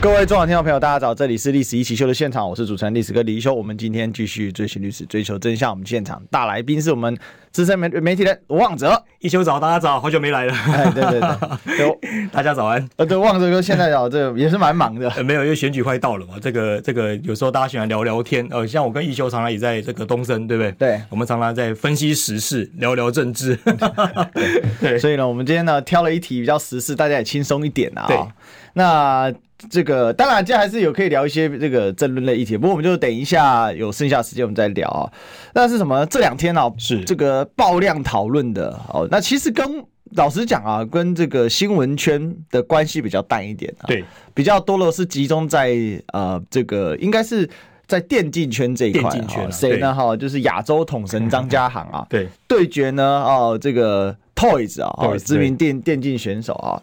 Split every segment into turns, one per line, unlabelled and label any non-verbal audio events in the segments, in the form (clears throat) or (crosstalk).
各位中广听众朋友，大家早，这里是《历史一起秀》的现场，我是主持人历史哥李一修。我们今天继续追寻历史，追求真相。我们现场大来宾是我们资深媒媒体人王哲。
一休早，大家早，好久没来了。
哎，对对
(laughs)
对，对我
大家早安。
呃，对，望哲哥现在啊，这个也是蛮忙的。
呃，没有，因为选举快到了嘛，这个这个有时候大家喜欢聊聊天，呃，像我跟一休常常也在这个东升，对不对？
对
我们常常在分析时事，聊聊
(laughs)
政治。对
所以呢，我们今天呢挑了一题比较时事，大家也轻松一点啊、
对
那这个当然，今天还是有可以聊一些这个争论类议题，不过我们就等一下有剩下时间我们再聊啊、那是什么呢？这两天啊，
是
这个爆量讨论的哦。那其实跟老实讲啊，跟这个新闻圈的关系比较淡一点啊。
对，
比较多的是集中在呃这个应该是。在电竞圈这一块
电竞圈
啊，
啊
谁呢？
对
哈，就是亚洲统神张家航啊，
(laughs) 对，
对决呢，哦，这个 Toys 啊、哦，
Toys，
知名电电竞选手啊、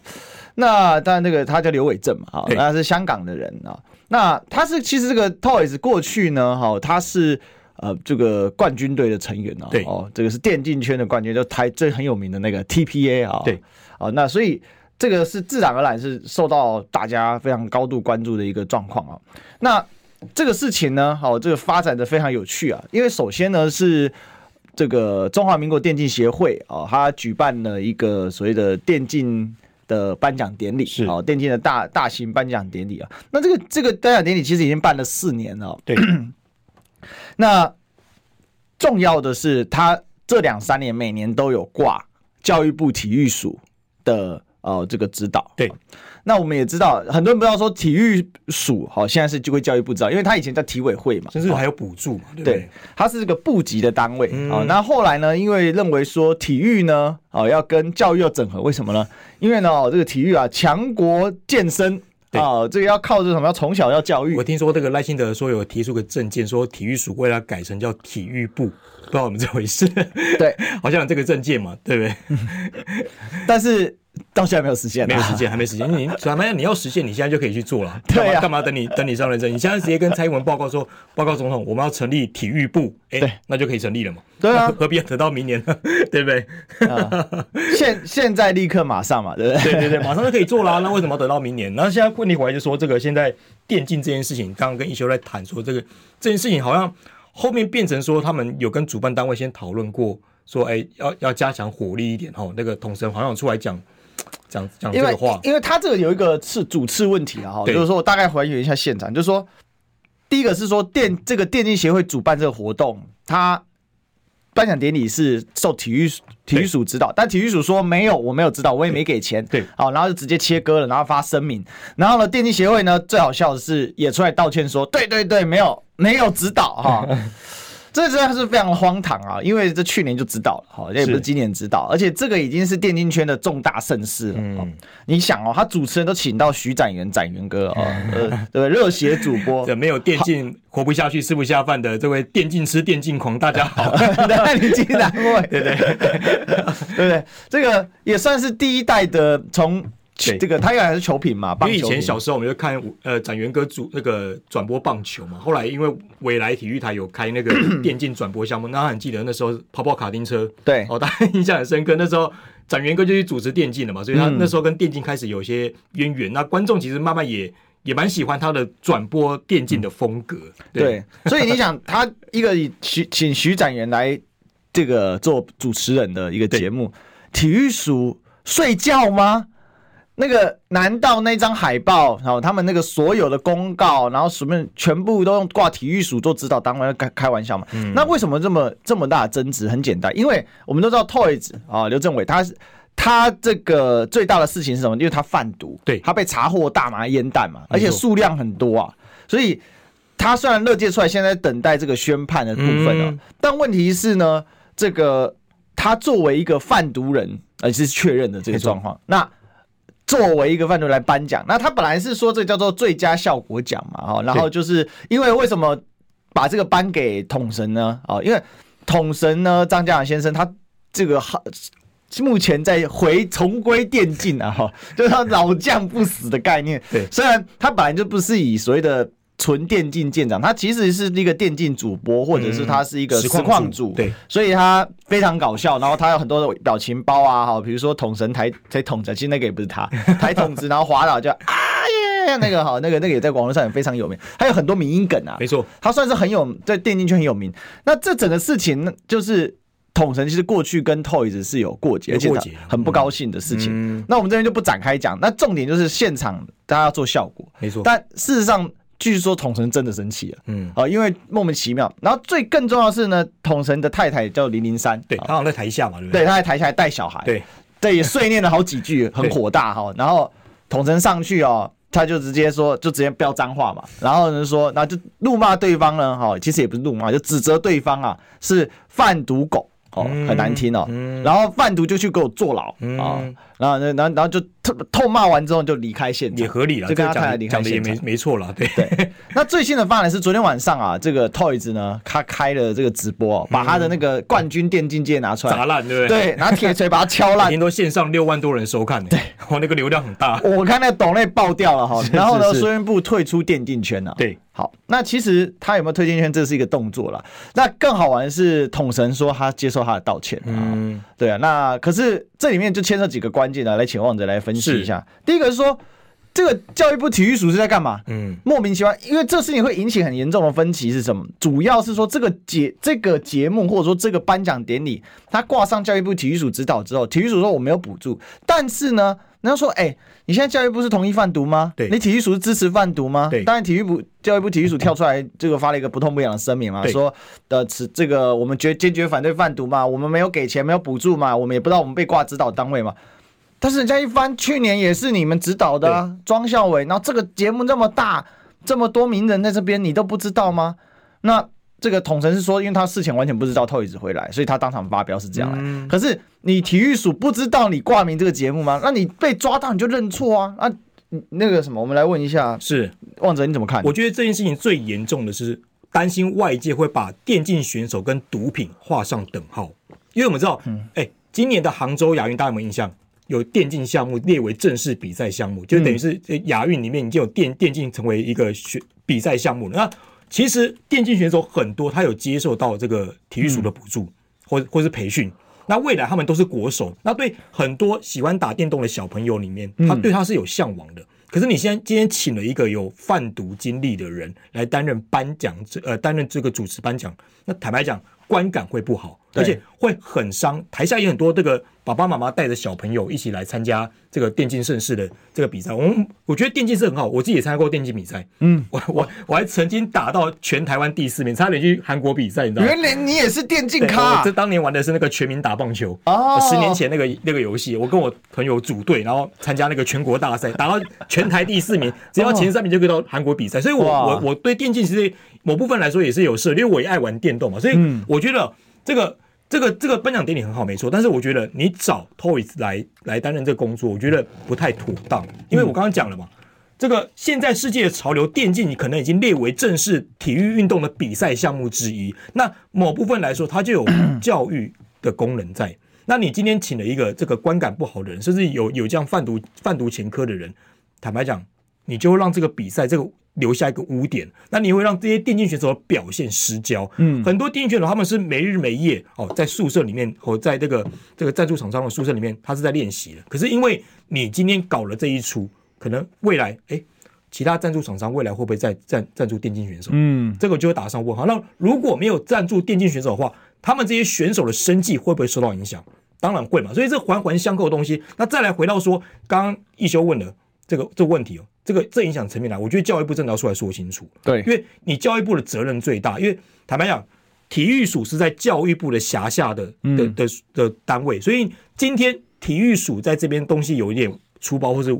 那当然，那个他叫刘伟正嘛，啊、
对
那是香港的人啊、那他是其实这个 Toys 过去呢，哈、他是呃这个冠军队的成员啊、
对
哦，这个是电竞圈的冠军，就台最很有名的那个 TPA 啊、
对，
哦，那所以这个是自然而然是受到大家非常高度关注的一个状况啊、那这个事情呢，好、这个发展的非常有趣啊，因为首先呢是这个中华民国电竞协会啊、哦，它举办了一个所谓的电竞的颁奖典礼，
是
哦，电竞的大大型颁奖典礼啊。那这个这个颁奖典礼其实已经办了四年了、 (clears throat)
对
那重要的是，它这两三年每年都有挂教育部体育署的呃这个指导，
对
那我们也知道，很多人不知道说体育署好、现在是就会教育部知道，因为他以前叫体委会嘛，
甚至还有补助嘛，对不
对
对？，
它是个部级的单位啊、
嗯
哦那后来呢，因为认为说体育呢，哦，要跟教育要整合，为什么呢？因为呢，哦这个体育啊，强国健身
对
啊、哦这个要靠着什么？要从小要教育
我。听说这个赖清德说有提出个证件，说体育署为了改成叫体育部，不知道有没有这回事？ (laughs)
对，
好像有这个证件嘛，对不对？
(laughs) 但是到现在没有实现啊，
没有时间，
(laughs)
还没时间。你反正你要实现，你现在就可以去做了。
对啊
干嘛干嘛等你等你上任政？你现在直接跟蔡英文报告说，报告总统，我们要成立体育部，哎、
对
那就可以成立了嘛。
对啊
那何必要等到明年呢？对
(laughs)
不对？
现现在立刻马上嘛，对不对？
对对对，马上就可以做啦。那为什么要等到明年？然后现在问题回来就说，这个现在电竞这件事情，刚刚跟一休在谈说，这个这件事情好像后面变成说，他们有跟主办单位先讨论过，说，哎、要要加强火力一点哈。那个统神好像有出来讲讲讲这
因为
个话，
因为他这个有一个次主次问题啊，哈，就
对
是说我大概还原一下现场，就是说，第一个是说电这个电竞协会主办这个活动，它颁奖典礼是受体育体育署指导，但体育署说没有，我没有指导，我也没给钱，
对
好，然后就直接切割了，然后发声明，然后呢，电竞协会呢最好笑的是也出来道歉说，对对对，没有没有指导哈。这真的是非常荒唐啊！因为这去年就知道了，好，这也不是
是
今年知道，而且这个已经是电竞圈的重大盛事了。哦你想哦，他主持人都请到徐展元、展元哥哦，呃，对，热血主播
呃这，没有电竞活不下去、吃不下饭的这位电竞痴、电竞狂，大家好。
(laughs) 那你竟然会，对对 (laughs) 对不对？这个也算是第一代的从
对
这个他原来是球评嘛，
因
棒
为以
球评
前小时候我们就看呃展元哥主那个转播棒球嘛，后来因为未来体育台有开那个电竞转播项目，那他很记得那时候跑跑卡丁车，
对
哦，大家印象很深刻。那时候展元哥就去主持电竞了嘛，所以他那时候跟电竞开始有些渊源。那观众其实慢慢也也蛮喜欢他的转播电竞的风格，
对，所以你想，他一个以徐请徐展元来这个做主持人的一个节目，体育署睡觉吗？那个难道那张海报，然后他们那个所有的公告，然后什么全部都用挂体育署做指导单位，开开玩笑嘛？
嗯
那为什么这么这么大的争执？很简单，因为我们都知道 Toys 啊，刘政伟他是他这个最大的事情是什么？因为他贩毒，
对
他被查获大麻烟弹嘛，而且
没错
数量很多啊，所以他虽然乐界出来，现在等待这个宣判的部分啊，
嗯
但问题是呢，这个他作为一个贩毒人，而是确认的这个状况，那。作为一个贩毒人来颁奖，那他本来是说这叫做最佳效果奖嘛，哈，然后就是因为为什么把这个颁给统神呢？哦，因为统神呢，张家朗先生他这个好目前在回重归电竞啊，哈，就是他老将不死的概念。
对
虽然他本来就不是以所谓的纯电竞舰长，他其实是一个电竞主播，或者是他是一个
嗯
实
实况
况
主
主，
对，
所以他非常搞笑，然后他有很多的表情包啊，哈，比如说桶神抬抬桶子，其实那个也不是
(laughs)
他抬桶子，然后滑倒就啊耶，那个好，那个那个也在网络上也非常有名，还有很多民音梗啊，
没错，
他算是很有在电竞圈很有名。那这整个事情那就是统神其实过去跟 Toys 是有过节，
有
而且
过
他
节
很不高兴的事情。
嗯，
那我们这边就不展开讲。那重点就是现场大家要做效果，
没错，
但事实上据说统神真的生气了。
嗯，
啊、因为莫名其妙。然后最更重要的是呢，统神的太太叫零零三，
对，
啊
他好像在台下嘛，对不
对，？她在台下还带小孩，
对，
对，也碎念了好几句，很火大哈。然后统神上去哦，他就直接说，就直接飙脏话嘛。然后呢说，那就怒骂对方呢，哈，其实也不是怒骂，就指责对方啊是贩毒狗哦，
嗯
很难听哦。
嗯
然后贩毒就去给我坐牢啊、
嗯
然后呢，然后然后就痛痛骂完之后就离开现场，
也合理了，
就跟他
这个
太太
讲
离
的
开
讲的也
现场
没。没错了，对，
那最新的发展是昨天晚上啊，这个 Toys 呢，他开了这个直播、哦，把他的那个冠军电竞界拿出来，
(laughs) 砸烂，对不对？
对，拿铁锤把它敲
每
烂
天。都线上六万多人收 (laughs) 看，对，哦，那个流量很
(laughs)
大，
我看那个抖内爆掉了哈，然后呢，
是是
孙运部退出电竞圈了、啊。
对，
好，那其实他有没有退电竞圈，这是一个动作了。那更好玩的是统神说他接受他的道歉啊，
嗯，
对啊，那可是这里面就牵涉几个关键啊，来请望者来分析一下。第一个是说，这个教育部体育署是在干嘛？
嗯，
莫名其妙，因为这事情会引起很严重的分歧是什么？主要是说这个节这个节目或者说这个颁奖典礼，它挂上教育部体育署指导之后，体育署说我没有补助，但是呢，人家说，哎、你现在教育部是同意贩毒吗？
对
你体育署是支持贩毒吗？
对
当然，体育部教育部体育署跳出来，这个发了一个不痛不痒的声明嘛，
对
说呃，此这个我们决坚决反对贩毒嘛，我们没有给钱，没有补助嘛，我们也不知道我们被挂指导单位嘛。但是人家一翻，去年也是你们指导的、啊、庄孝伟，然后这个节目这么大，这么多名人在这边，你都不知道吗？那这个统神是说，因为他事前完全不知道透一直回来，所以他当场发飙是这样来。
嗯
可是你体育署不知道你挂名这个节目吗？那你被抓到你就认错啊啊！你那个什么，我们来问一下
是，
望哲你怎么看？
我觉得这件事情最严重的是担心外界会把电竞选手跟毒品画上等号，因为我们知道，哎、今年的杭州亚运大家有没有印象？有电竞项目列为正式比赛项目，就等于是呃亚运里面已经有电电竞成为一个选比赛项目了。那其实电竞选手很多，他有接受到这个体育署的补助，或或是培训。那未来他们都是国手，那对很多喜欢打电动的小朋友里面，他对他是有向往的。可是你现在今天请了一个有贩毒经历的人来担任颁奖这呃担任这个主持颁奖，那坦白讲观感会不好，
对
而且会很伤。台下也很多这个爸爸妈妈带着小朋友一起来参加这个电竞盛世的这个比赛。我们我觉得电竞是很好，我自己也参加过电竞比赛。嗯， (laughs) 我我我还曾经打到全台湾第四名，差点去韩国比赛，你知道吗？
原来你也是电竞
对
咖
我
啊
这当年玩的是那个全民打棒球呃
哦
十年前那个那个游戏，我跟我朋友组队，然后参加那个全国大赛，打到全台第四
(laughs)
名，只要前三名就可以到韩国比赛。所以我，
哦哇
我我对电竞其实某部分来说也是有涉猎，因为我也爱玩电动嘛，所以
嗯
我觉得这个。这个这个颁奖典礼很好，没错，但是我觉得你找 Toys 来来担任这个工作，我觉得不太妥当，
嗯
因为我刚刚讲了嘛，这个现在世界的潮流，电竞你可能已经列为正式体育运动的比赛项目之一。那某部分来说，它就有 (coughs) 教育的功能在。那你今天请了一个这个观感不好的人，甚至有有这样贩毒贩毒前科的人，坦白讲，你就会让这个比赛这个留下一个污点，那你会让这些电竞选手的表现失焦。嗯，很多电竞选手他们是没日没夜哦，在宿舍里面哦，在这个这个赞助厂商的宿舍里面，他是在练习的。可是因为你今天搞了这一出，可能未来哎。其他赞助厂商未来会不会再赞赞助电竞选手？
嗯，
这个就会打上问号。那如果没有赞助电竞选手的话，他们这些选手的生计会不会受到影响？当然会嘛。所以这环环相扣的东西。那再来回到说，刚刚一休问的这个这个问题哦，这个这影响层面来，我觉得教育部真的要出来说清楚。
对
因为你教育部的责任最大，因为坦白讲，体育署是在教育部的辖下的的的的单位，所以今天体育署在这边东西有一点粗暴或是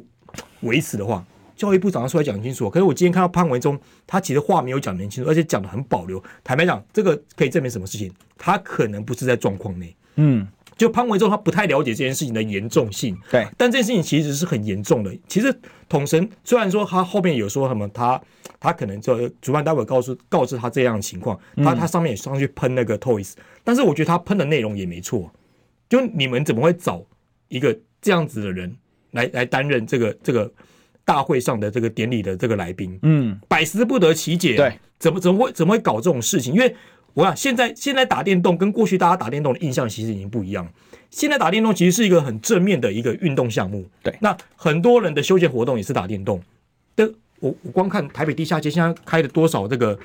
维持的话，教育部长要出来讲清楚。可是我今天看到潘文忠，他其实话没有讲得很清楚，而且讲的很保留。坦白讲，这个可以证明什么事情？他可能不是在状况内。
嗯，
就潘文忠他不太了解这件事情的严重性，
对，
但这件事情其实是很严重的。其实统神虽然说他后面有说什么，他他可能就主办单位告诉告知他这样的情况，他他上面也上去喷那个 Toys，但是我觉得他喷的内容也没错。就你们怎么会找一个这样子的人来来担任这个这个大会上的这个典礼的这个来宾？
嗯，
百思不得其解。
对，
怎么怎么会怎么会搞这种事情？因为我想现在现在打电动跟过去大家打电动的印象其实已经不一样了。现在打电动其实是一个很正面的一个运动项目。
对
那很多人的休闲活动也是打电动。但我我光看台北地下街现在开了多少这个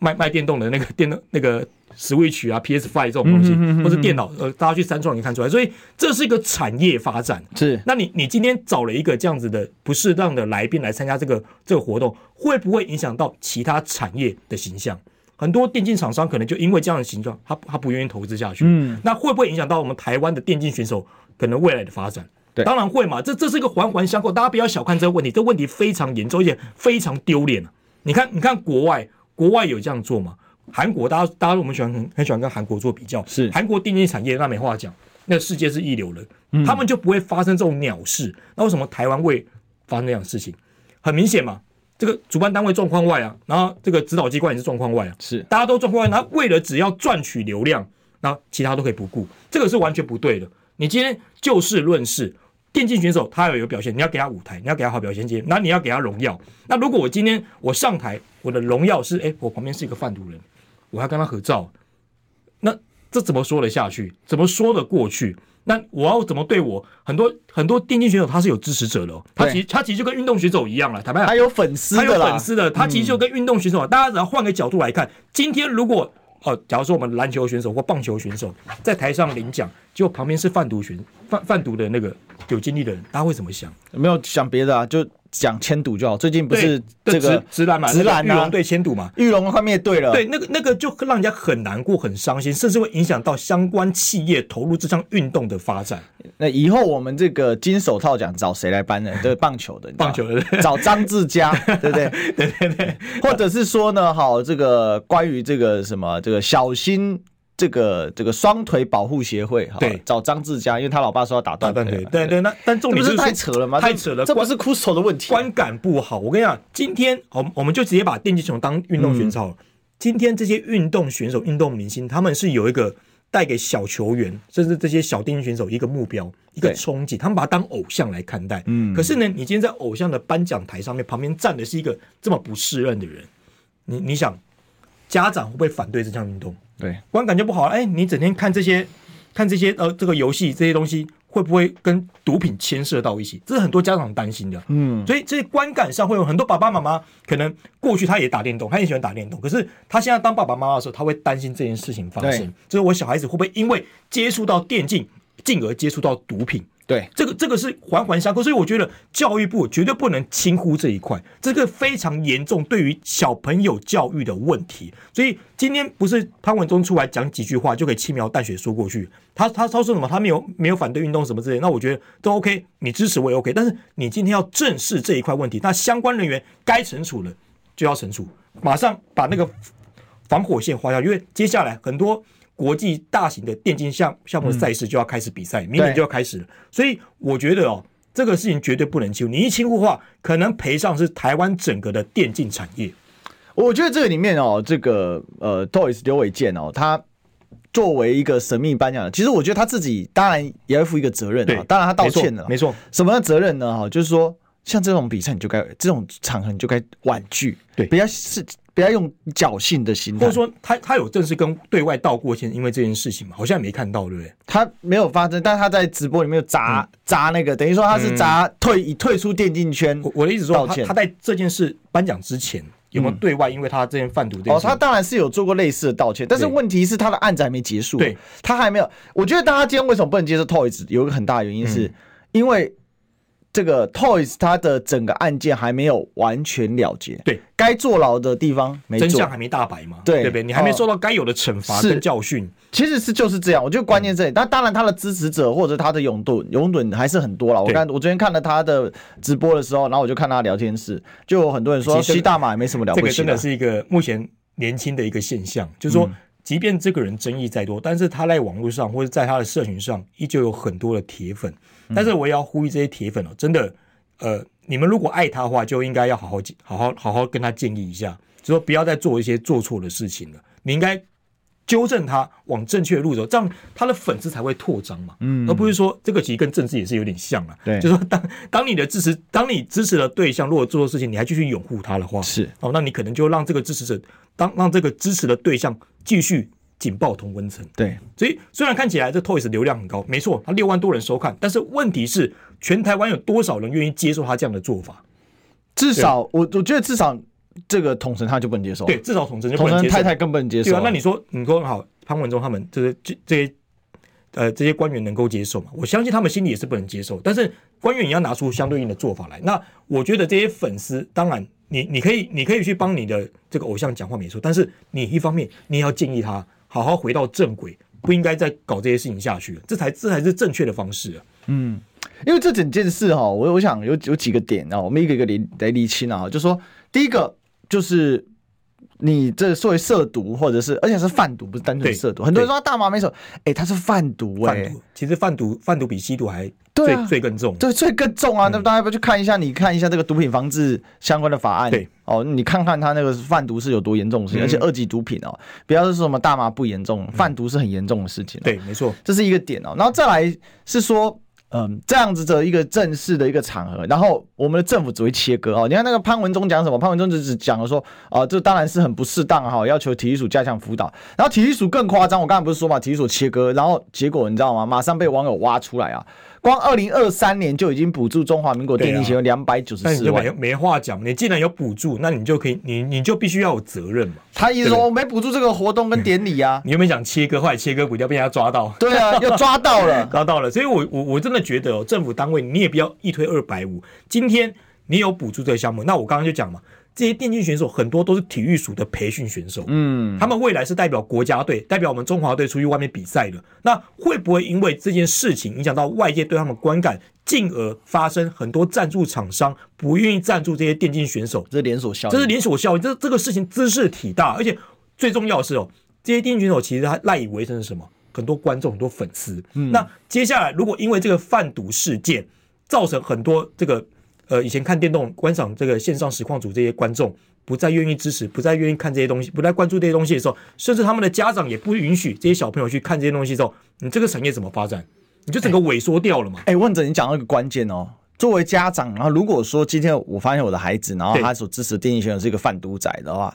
卖卖电动的那个电动那个 Switch 啊、PS Five 这种
嗯
东西，或是电脑，呃，大家去三创也看出来。所以这是一个产业发展。
是
那你你今天找了一个这样子的不适当的来宾来参加这个这个活动，会不会影响到其他产业的形象？很多电竞厂商可能就因为这样的形状，他他不愿意投资下去。
嗯，
那会不会影响到我们台湾的电竞选手可能未来的发展？
对
当然会嘛，这这是一个环环相扣，大家不要小看这个问题，这问题非常严重，而且非常丢脸啊！你看，你看国外，国外有这样做吗？韩国，大家大家我们喜欢很很喜欢跟韩国做比较，
是
韩国电竞产业那没话讲，那世界是一流的，他们就不会发生这种鸟事。那为什么台湾会发生这样的事情？很明显嘛，这个主办单位状况外啊，然后这个指导机关也是状况外啊，
是
大家都赚过来，然后为了只要赚取流量，那其他都可以不顾，这个是完全不对的。你今天就事论事，电竞选手他要有表现，你要给他舞台，你要给他好表现机会，那你要给他荣耀。那如果我今天我上台，我的荣耀是，哎，我旁边是一个贩毒人，我要跟他合照，那这怎么说得下去？怎么说得过去？那我要怎么对我很多很多电竞选手他是有支持者的、哦，他
对
其实他其实就跟运动选手一样了，坦白讲
还，有粉丝
他有
的啦，嗯
粉丝的，他其实就跟运动选手，啊大家只要换个角度来看，今天如果哦、假如说我们篮球选手或棒球选手在台上领奖，结果旁边是贩毒选贩贩毒的那个有经历的人，大家会怎么想？
有没有想别的啊？就讲迁赌就好。最近不是
对
这个
直直男嘛，
直男
那个玉
啊
龙，队迁赌嘛。
玉龙快灭队了，
对，，那个那个就让人家很难过、很伤心，甚至会影响到相关企业投入这项运动的发展。
那以后我们这个金手套奖找谁来颁呢？ (laughs) 对，棒球的，你知道吗
棒球的对
(laughs) 找张志佳，对不
(laughs)
对？对对对，或者是说呢，好，这个关于这个什么，这个小心。这个这个双腿保护协会，好
对
找张志佳，因为他老爸说要打断腿
对
嘛，
对对，那但重
啊这不
点就是说
太扯了吗？
太扯了，
这这
关
不是 Cusco 的问题，啊
观感不好。我跟你讲，今天我们我们就直接把电竞选手当运动选手好了。今天这些运动选手、运动明星，他们是有一个带给小球员，甚至这些小电竞选手一个目标、一个
对
憧憬，他们把他当偶像来看待。
嗯
可是呢，你今天在偶像的颁奖台上面，旁边站的是一个这么不适任的人，你你想，家长会不会反对这项运动？
对，
观感就不好了。哎，你整天看这些，看这些呃，这个游戏这些东西，会不会跟毒品牵涉到一起？这是很多家长担心的。
嗯，
所以这些观感上会有很多爸爸妈妈，可能过去他也打电动，他也喜欢打电动，可是他现在当爸爸妈妈的时候，他会担心这件事情发
对
生，就是我小孩子会不会因为接触到电竞，进而接触到毒品。
对，
这个这个是环环相扣，所以我觉得教育部绝对不能轻忽这一块，这个非常严重对于小朋友教育的问题。所以今天不是潘文忠出来讲几句话就可以轻描淡写说过去，他他他说什么他没有没有反对运动什么之类，那我觉得都 OK，你支持我也 OK，但是你今天要正视这一块问题，那相关人员该惩处的就要惩处，马上把那个防火线划掉，因为接下来很多国际大型的电竞项项目的赛事就要开始比赛，明年就要开始了。所以我觉得哦，这个事情绝对不能轻忽，你一轻忽的话，可能赔上是台湾整个的电竞产
嗯
业。
我觉得这个里面哦，这个呃，Toys 刘伟健哦，他作为一个神秘颁奖人，其实我觉得他自己当然也要负一个责任啊，当然他道歉了，
没错。没错
什么责任呢？哈，就是说像这种比赛，你就该这种场合你就该婉拒，
对
不要是不要用侥幸的心态，
或者说他他有正式跟对外道过歉，因为这件事情嘛，好像也没看到，对不对？
他没有发生，但他在直播里面有砸、
嗯
砸那个，等于说他是砸退已退出电竞圈，
我我的意思说，
道
他
歉嗯
他在这件事颁奖之前有没有对外，因为他之前贩毒这件
哦，
事情
他当然是有做过类似的道歉，但是
对
问题是他的案子还没结束，
对，
他还没有。我觉得大家今天为什么不能接受 Toys，有一个很大的原因是、
嗯
因为这个 Toys 他的整个案件还没有完全了结，
对，
该坐牢的地方没
真
坐
相，还没大白嘛，
对
不对？你还没
哦
受到该有的惩罚
是
跟教训，
其实是就是这样。我觉得关键这里，但
嗯
当然他的支持者或者他的拥趸拥趸还是很多了。我
对
看我昨天看了他的直播的时候，然后我就看他聊天室，就有很多人说
其实这个
吸大麻也没什么了
这
不啊
个
起
真
的
的，是一个目前年轻的一个现象，就
嗯
是说，即便这个人争议再多，但是他在网络上或者在他的社群上，依旧有很多的铁粉。
嗯
但是我也要呼吁这些铁粉哦，真的，呃，你们如果爱他的话，就应该要好好好好好好跟他建议一下，就说不要再做一些做错的事情了。你应该纠正他往正确的路走，这样他的粉丝才会拓张嘛，嗯，而不是说这个其实跟政治也是有点像了，
对
就是说当当你的支持，当你支持的对象如果做错事情，你还继续拥护他的话，
是
哦，那你可能就让这个支持者当让这个支持的对象继续紧抱同温层，
对，
所以虽然看起来这 Toys 流量很高，没错，它六万多人收看，但是问题是全台湾有多少人愿意接受他这样的做法？
至少我我觉得至少这个统神他就不能接受，
对，，至少统神就
哦
不
统
能
神
接受。
太太更不能接
对
受
啊
啊，，
那你说，你说好，潘文忠他们这些这这些呃这些官员能够接受吗？我相信他们心里也是不能接受，但是官员也要拿出相对应的做法来。那我觉得这些粉丝，当然你你可以你可以去帮你的这个偶像讲话没错，但是你一方面你也要建议他好好回到正轨，不应该再搞这些事情下去了，这才这才是正确的方式啊。
因为这整件事哈，我我想有有几个点啊，我们一个一个理来厘清啊，就说第一个就是你这作为涉毒或者是而且是贩毒，不是单纯
对
涉毒，很多人
对
说他大麻没手，哎、他是贩毒哎、
贩毒其实贩毒贩毒比吸毒还
对
罪
啊
罪更重。
对，所以更重
嗯
啊！那大家不去看一下，你看一下这个毒品防治相关的法案，
对嗯
哦，你看看它那个贩毒是有多严重的事情，而且二级毒品哦，不要是说什么大麻不严重，贩毒是很严重的事情、，啊
对，没错。
这是一个点哦。然后再来是说，嗯，这样子的一个正式的一个场合，然后我们的政府只会切割哦。你看那个潘文忠讲什么？潘文忠就只讲了说，啊、这当然是很不适当啊哈、要求体育署加强辅导。然后体育署更夸张，我刚才不是说嘛，体育署切割，然后结果你知道吗？马上被网友挖出来啊。光二零二三年就已经补助中华民国电力协会两百九十
啊那你
四
就
万
没，没话讲，你既然有补助，那你就可以，你你就必须要有责任嘛。
他一直说我没补助这个活动跟典礼啊，
你原本想切割，后来切割不掉，被人家抓到，
对啊，又抓到
(laughs)
了，
抓到了。所以我我我真的觉得、哦，政府单位你也不要一推二百五。今天你有补助这个项目，那我刚刚就讲嘛，这些电竞选手很多都是体育署的培训选手，
嗯，
他们未来是代表国家队、代表我们中华队出去外面比赛的，那会不会因为这件事情影响到外界对他们观感，进而发生很多赞助厂商不愿意赞助这些电竞选手？
这是连锁效应，
这是连锁效应，这这个事情知识体大，而且最重要的是哦，这些电竞选手其实他赖以为生是什么？很多观众，很多粉丝。
嗯
那接下来如果因为这个贩毒事件造成很多这个呃以前看电动观赏这个线上实况组这些观众不再愿意支持，不再愿意看这些东西，不再关注这些东西的时候，甚至他们的家长也不允许这些小朋友去看这些东西的时候，你这个产业怎么发展？你就整个萎缩掉了嘛？
哎、问者，你讲到一个关键哦。作为家长，然后如果说今天我发现我的孩子，然后
对
他所支持的电竞选手是一个贩毒仔的话，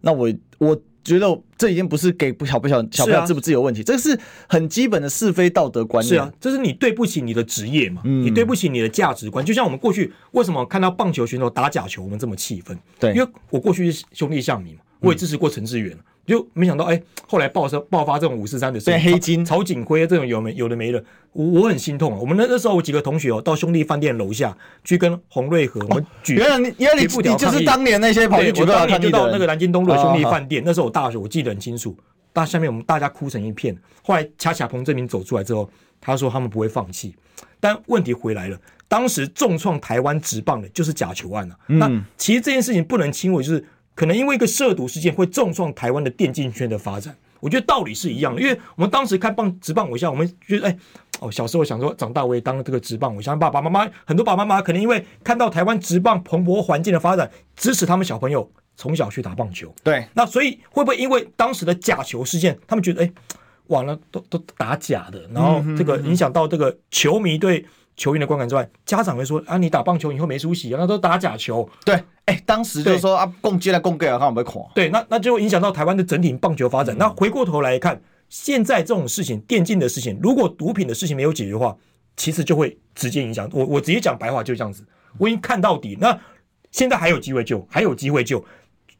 那我我觉得这已经不是给不小不小小朋友自不自由问题，这是很基本的是非道德观
啊是
念。
啊，这是你对不起你的职业嘛，
嗯
你对不起你的价值观。就像我们过去为什么看到棒球选手打假球，我们这么气愤？
对嗯
因为我过去是兄弟象迷嘛，我也支持过陈志远，就没想到哎，后来爆发爆发这种五四三的事情，
对黑金
曹景辉这种有没有的没的，我我很心痛啊。我们那那时候我几个同学哦，到兄弟饭店楼下去跟洪瑞和我们举
原来你原来你
举布条
你就
抗
是
议
当年那些跑去
对，
举
我
报
当
他
年
抗
就
议
到
的
那个
人，啊
南京东路的兄弟饭店，那时候我大学，我记得很清楚。大下面我们大家哭成一片。后来恰恰彭正明走出来之后，他说他们不会放弃。但问题回来了，当时重创台湾职棒的就是假球案啊。那其实这件事情不能轻微，就是可能因为一个涉毒事件会重创台湾的电竞圈的发展。我觉得道理是一样的，因为我们当时看棒职棒偶像，我们觉得哎。哦，小时候想说，长大我也当这个职棒，我相信爸爸妈妈很多爸爸妈妈可能因为看到台湾职棒蓬勃环境的发展，支持他们小朋友从小去打棒球。
对，
那所以会不会因为当时的假球事件，他们觉得哎，完了都都打假的，然后这个影响到这个球迷对球员的观感之外，家长会说啊，你打棒球以后没出息啊，那都打假球。
对，哎、当时就说啊，共接来共给啊，看我们被垮。
对，那那就影响到台湾的整体棒球发展。那回过头来看，现在这种事情，电竞的事情，如果毒品的事情没有解决的话，其实就会直接影响我。我直接讲白话就是这样子，我已经看到底。那现在还有机会救，还有机会救。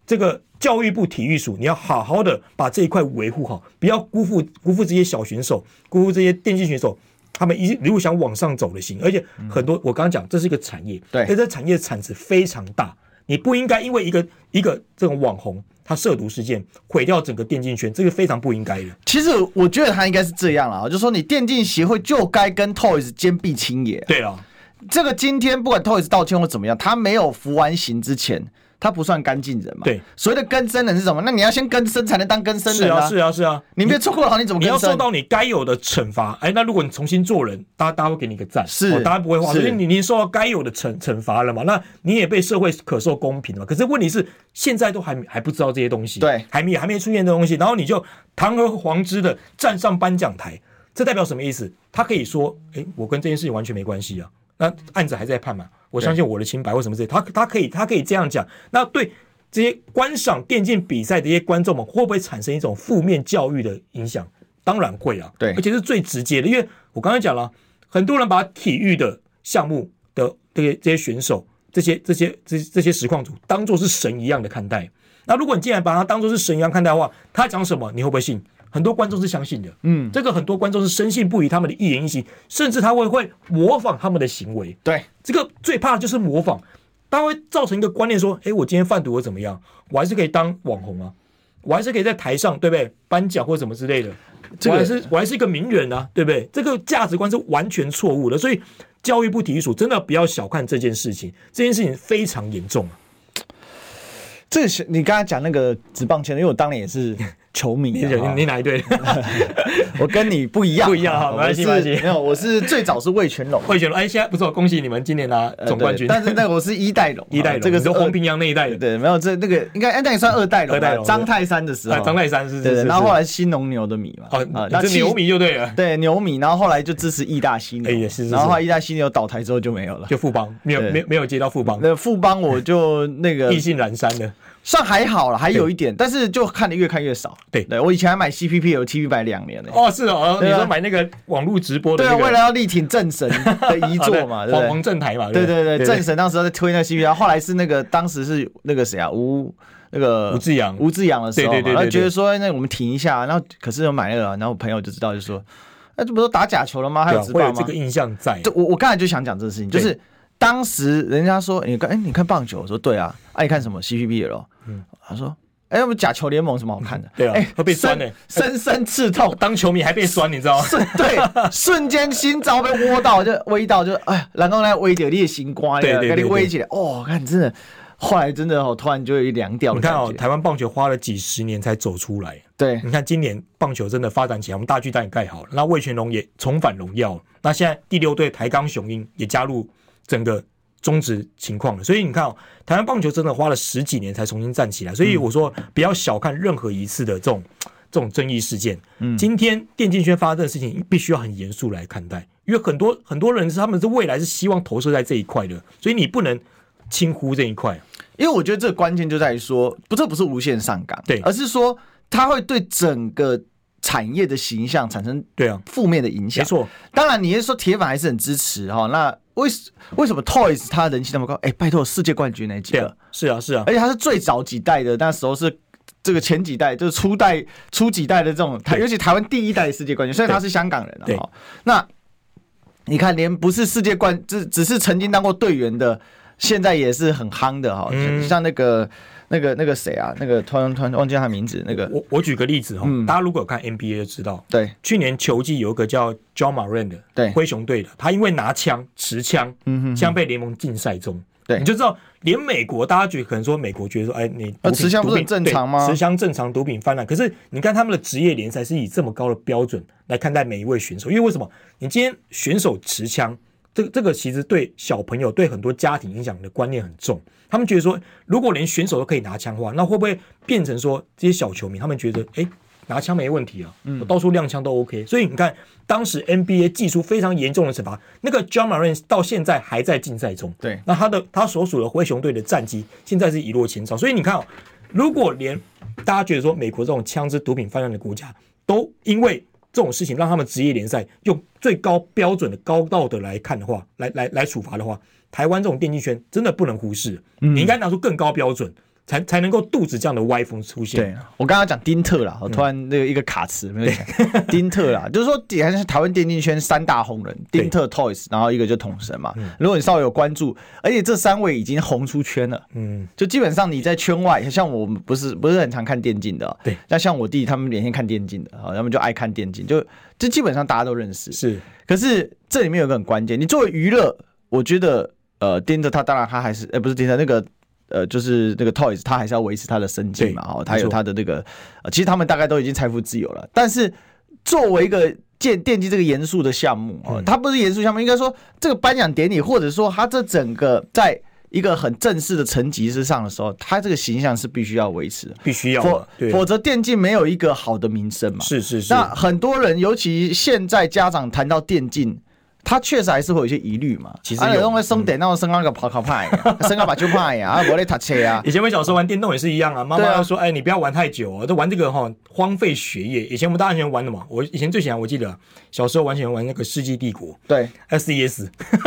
这个教育部体育署，你要好好的把这一块维护好，不要辜负辜负这些小选手，辜负这些电竞选手，他们一路想往上走的心。而且很多，我刚刚讲，这是一个产业，
对
而且这产业产值非常大，你不应该因为一个一个这种网红他涉毒事件毁掉整个电竞圈，这个非常不应该的。
其实我觉得他应该是这样啦，就说你电竞协会就该跟 Toys 兼并亲也。
对啊，
这个今天不管 Toys 道歉或怎么样，他没有服完刑之前，他不算干净人嘛。
对，
所谓的根生人是什么？那你要先根生才能当根生
是
人
啊，是啊，是啊，
你被戳过牢，你怎么
你要
根
受
生？
到你该有的惩罚。哎，那如果你重新做人，大家大家会给你一个赞，
是
哦大家不会话说，
是
因为你你受到该有的惩惩罚了嘛，那你也被社会可受公平嘛。可是问题是，现在都还还不知道这些东西，
对
还没还没出现这东西，然后你就堂而皇之的站上颁奖台，这代表什么意思？他可以说，哎，我跟这件事情完全没关系啊，那案子还在判嘛，我相信我的清白或什么之类，他他可以他可以这样讲，那对。这些观赏电竞比赛的一些观众们，会不会产生一种负面教育的影响？当然会啊，
对
而且是最直接的，因为我刚才讲了，很多人把体育的项目的这些这些选手、这些这些这这些实况组当做是神一样的看待。那如果你既然把他当做是神一样看待的话，他讲什么你会不会信？很多观众是相信的，嗯，这个很多观众是深信不疑他们的一言一行，甚至他会会模仿他们的行为，
对，
这个最怕的就是模仿，它会造成一个观念说，诶，我今天贩毒我怎么样，我还是可以当网红啊，我还是可以在台上对不对颁奖或什么之类的，
这个
我还是我还是一个名人啊，对不对？这个价值观是完全错误的，所以教育部体育署真的不要小看这件事情，这件事情非常严重啊。
这个是你刚才讲那个职棒圈，因为我当年也是球迷
你 (laughs)
啊、
你你哪一队？
(laughs) 我跟你不一样，
不一样哈没
我
关系
是
没关系
没有，我是最早是魏全龙。
会觉得哎，现在不错，恭喜你们今年拿
呃
总冠军，，
对但是那个我是一代龙啊
一代龙
这个是
你说
二
黄平洋那一代的
对，没有这那个应该哎那也算二代龙
二代
吧，
龙
张泰山的时
啊
候，
张泰山是是
对
是
对，
是
然后后来新农牛的米嘛，
哦，
啊那
你是
七
牛迷就对了，
对牛米，然后后来就支持义大犀牛，
哎也是是
然后后来义大犀牛倒台之后就没有了。
就富邦没有
对
没有没有接到富邦，
那富邦我就那个
(laughs) 意兴阑珊的。
算还好了，还有一点，但是就看的越看越少。
对
对我以前还买 CPP 有 TV 买两年呢。
哦，是哦，你
对啊
说买那个网络直播的
对啊，
那个，
为了要力挺政神的遗
(laughs)
作嘛，
啊
对不
对黄
对
黄？正台嘛，
对
不
对对，
对
郑神当时在推那个 CP，然后后来是那个当时是那个谁啊，吴那个
吴志阳
吴志阳的时候嘛，
对对对对
然后
对
觉得说那我们停一下，然后可是有买那个，然后我朋友就知道就说，哎那这不都打假球了吗？还
对
有
啊
直
会有
棒
这
吗
个？印象在
就。我我刚才就想讲这个事情，就
对
是当时人家说你看哎你看棒球，我说对啊，啊你看什么 CPB 了？他说哎我们假球联盟有什么好看的？
嗯对啊
哎
会被酸
深
欸
深深刺痛。
当球迷还被酸，你知道吗？
瞬对，瞬间心脏被窝到，就微到就哎，然后呢，微点你的心瓜，
对对对
给你
对
微起来。哦，看真的，后来真的哦，突然就有一凉掉的
你看
感
哦，嗯
觉。
台湾棒球花了几十年才走出来。
对，
你看今年棒球真的发展起来，我们大巨蛋也盖好了，那魏全龙也重返荣耀了，那现在第六队台钢雄鹰也加入整个中职情况了。所以你看哦，台湾棒球真的花了十几年才重新站起来。所以我说，不要小看任何一次的这种这种争议事件。嗯，今天电竞圈发生的事情，必须要很严肃来看待，因为很多很多人是他们是未来是希望投射在这一块的，所以你不能轻忽这一块。啊
因为我觉得这个关键就在于说，不，这不是无限上纲，
对
而是说它会对整个产业的形象产生
对啊，
负面的影响。
没错，
当然，你是说铁粉还是很支持哈、那为什为什么 Toys 它人气那么高？哎、拜托，世界冠军那几
对
个哎
啊，，是啊，是啊
而。且他是最早几代的，那时候是这个前几代，就是初代、初几代的这种台，
对
尤其台湾第一代世界冠军，虽然他是香港人
对
啊、哦，那你看，连不是世界冠，只只是曾经当过队员的，现在也是很夯的哈、哦
嗯
像那个、那个、那个谁啊，那个突然突然忘记他名字，那个
我我举个例子哈、大家如果有看 NBA 就知道，
对
去年球季有一个叫 John Moran 的，
对嗯
灰熊队的，他因为拿枪持枪，枪被联盟禁赛中。
对
你就知道，连美国大家觉得可能说美国觉得说，哎，你毒
呃
品
持枪不是很
毒品
正常吗
对持枪正常，毒品泛滥。可是你看他们的职业联赛是以这么高的标准来看待每一位选手，因为为什么？你今天选手持枪，这个这个其实对小朋友、对很多家庭影响的观念很重。他们觉得说，如果连选手都可以拿枪的话，那会不会变成说这些小球迷他们觉得，哎、拿枪没问题啊，我到处亮枪都 OK。所以你看，当时 NBA 技出非常严重的惩罚，那个 John Moran 到现在还在竞赛中。
对
那他的他所属的灰熊队的战绩现在是一落千丈。所以你看、哦，如果连大家觉得说美国这种枪支毒品泛滥的国家，都因为这种事情让他们职业联赛用最高标准的高道德来看的话，来来来处罚的话，台湾这种电竞圈真的不能忽视，
嗯
你应该拿出更高标准，才才能够杜绝这样的歪风出现。
对，我刚刚讲丁特
嗯
啦，我突然那个一个卡词没有讲丁特
(laughs)
啦，就是说底还是台湾电竞圈三大红人，
对嗯
丁特 Toys，然后一个就统神嘛。如果你稍微有关注，而且这三位已经红出圈了，
嗯，
就基本上你在圈外，像我们不是不是很常看电竞的哦，
对
那像我弟他们每天看电竞的，哦他们就爱看电竞，就就基本上大家都认识。
是
可是这里面有个很关键，你作为娱乐，我觉得呃，丁特他当然他还是呃不是丁特那个呃，就是那个 Toys，它还是要维持它的生计嘛，
对
哦，它有
没错
它的那个，呃其实他们大概都已经财富自由了，但是作为一个电电机这个严肃的项目哦，
嗯
它不是严肃项目，应该说这个颁奖典礼，或者说它这整个在一个很正式的层级之上的时候，它这个形象是必须要维持的，
必须要
否
的对
否则电竞没有一个好的名声嘛。
是是是，
那很多人，尤其现在家长谈到电竞，他确实还是会有一些疑虑嘛。
其实
啊，
有嗯
你弄个松点，那我升高那个跑考派，升高把就派
(laughs)
呀，啊，我来读册啊。
以前我们小时候玩电动也是一样啊，妈
对啊
妈说：“哎，你不要玩太久哦，都玩这个哈、荒废学业。”以前我们大家喜欢玩什么？我以前最喜欢，我记得啊小时候玩喜欢玩那个《世纪帝国
对》
（SES），不知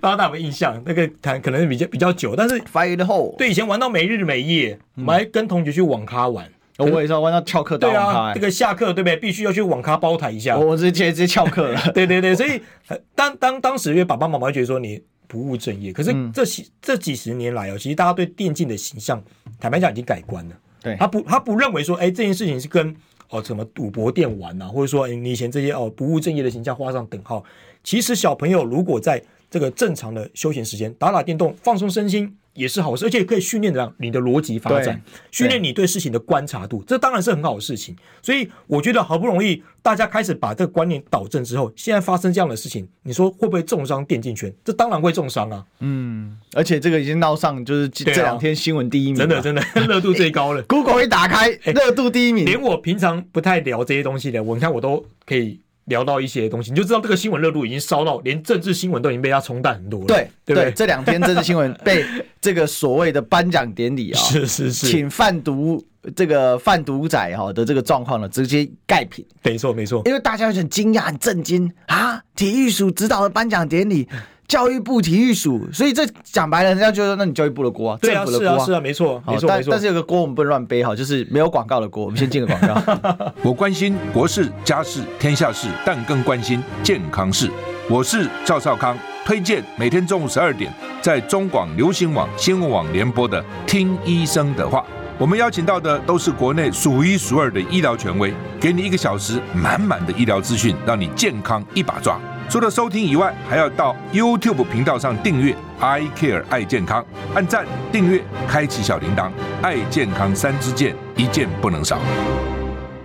道大家有没有印象？那个谈可能比较比较久，但是
，Fire the hole。
对以前玩到没日没夜，我们还跟同学去网咖玩。
哦，我也是要玩到翘课打
对
网咖
啊，
欸
这，个下课对不对？必须要去网咖包台一下。
我我直接直接翘课了。 (laughs)
对对对，所以呃当当当时因为爸爸妈妈会觉得说你不务正业，可是这几、这几十年来哦，其实大家对电竞的形象，坦白讲已经改观了。
对
他不他不认为说，哎，这件事情是跟哦什么赌博电玩呐、或者说哎你以前这些哦不务正业的形象画上等号。其实小朋友如果在这个正常的休闲时间打打电动，放松身心。也是好事，而且可以训练的你的逻辑发展，训练你对事情的观察度，这当然是很好的事情。所以我觉得好不容易大家开始把这个观念导正之后，现在发生这样的事情，你说会不会重伤电竞圈？这当然会重伤啊，
而且这个已经闹上，就是这
对啊
这两天新闻第一名了，
真的真的 (laughs) 热度最高了。
Google 一打开，热度第一名。
连我平常不太聊这些东西的，我你看我都可以聊到一些东西，你就知道这个新闻热度已经烧到连政治新闻都已经被它冲淡很多了，
对
对不对？
这两天政治新闻被这个所谓的颁奖典礼啊，
是是是，
请贩毒这个贩毒仔哈的这个状况呢，直接盖平。
没错没错，
因为大家很惊讶、很震惊啊！体育署指导的颁奖典礼，教育部体育署，所以这讲白了，人家就说那你教育部的锅、啊，
对啊
政府
是
的
啊
锅、
是啊，没错
好
没错没
但
错
但是。有个锅我们不能乱背哈，就是没有广告的锅，我们先进个广告。
(laughs)
我关心国事、家事、天下事，但更关心健康事。我是赵少康，推荐每天中午十二点在中广流行网、新闻网联播的《听医生的话》。我们邀请到的都是国内数一数二的医疗权威，给你一个小时满满的医疗资讯，让你健康一把抓。除了收听以外，还要到 YouTube 频道上订阅 “I Care 爱健康”，按赞、订阅、开启小铃铛，爱健康三支箭，一件不能少。